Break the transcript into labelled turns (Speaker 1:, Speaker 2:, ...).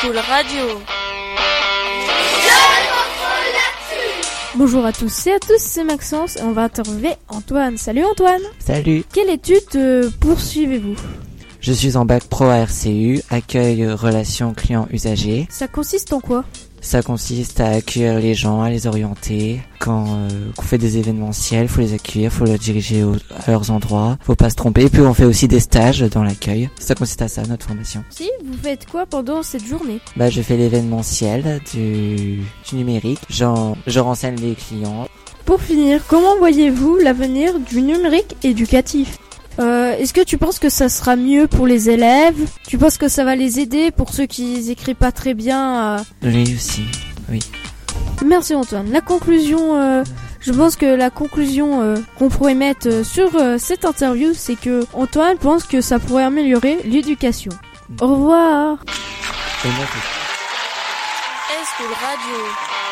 Speaker 1: School Radio.
Speaker 2: Bonjour à tous et à tous, c'est Maxence et on va interviewer Antoine. Salut Antoine
Speaker 3: Salut,
Speaker 2: Quelle étude euh, poursuivez-vous
Speaker 3: je suis en bac pro à RCU, accueil euh, relations clients usagers.
Speaker 2: Ça consiste en quoi
Speaker 3: Ça consiste à accueillir les gens, à les orienter. Quand euh, qu'on fait des événementiels, faut les accueillir, faut les diriger au- à leurs endroits, faut pas se tromper. Puis on fait aussi des stages dans l'accueil. Ça consiste à ça notre formation.
Speaker 2: Si, vous faites quoi pendant cette journée
Speaker 3: Bah je fais l'événementiel du, du numérique. J'en- je renseigne les clients.
Speaker 2: Pour finir, comment voyez-vous l'avenir du numérique éducatif Euh, Est-ce que tu penses que ça sera mieux pour les élèves Tu penses que ça va les aider pour ceux qui écrivent pas très bien à-
Speaker 3: Lui aussi.
Speaker 2: Merci Antoine. La conclusion, euh, je pense que la conclusion euh, qu'on pourrait mettre euh, sur euh, cette interview, c'est que Antoine pense que ça pourrait améliorer l'éducation. Au revoir.
Speaker 3: Et moi, c'est-
Speaker 1: School Radio.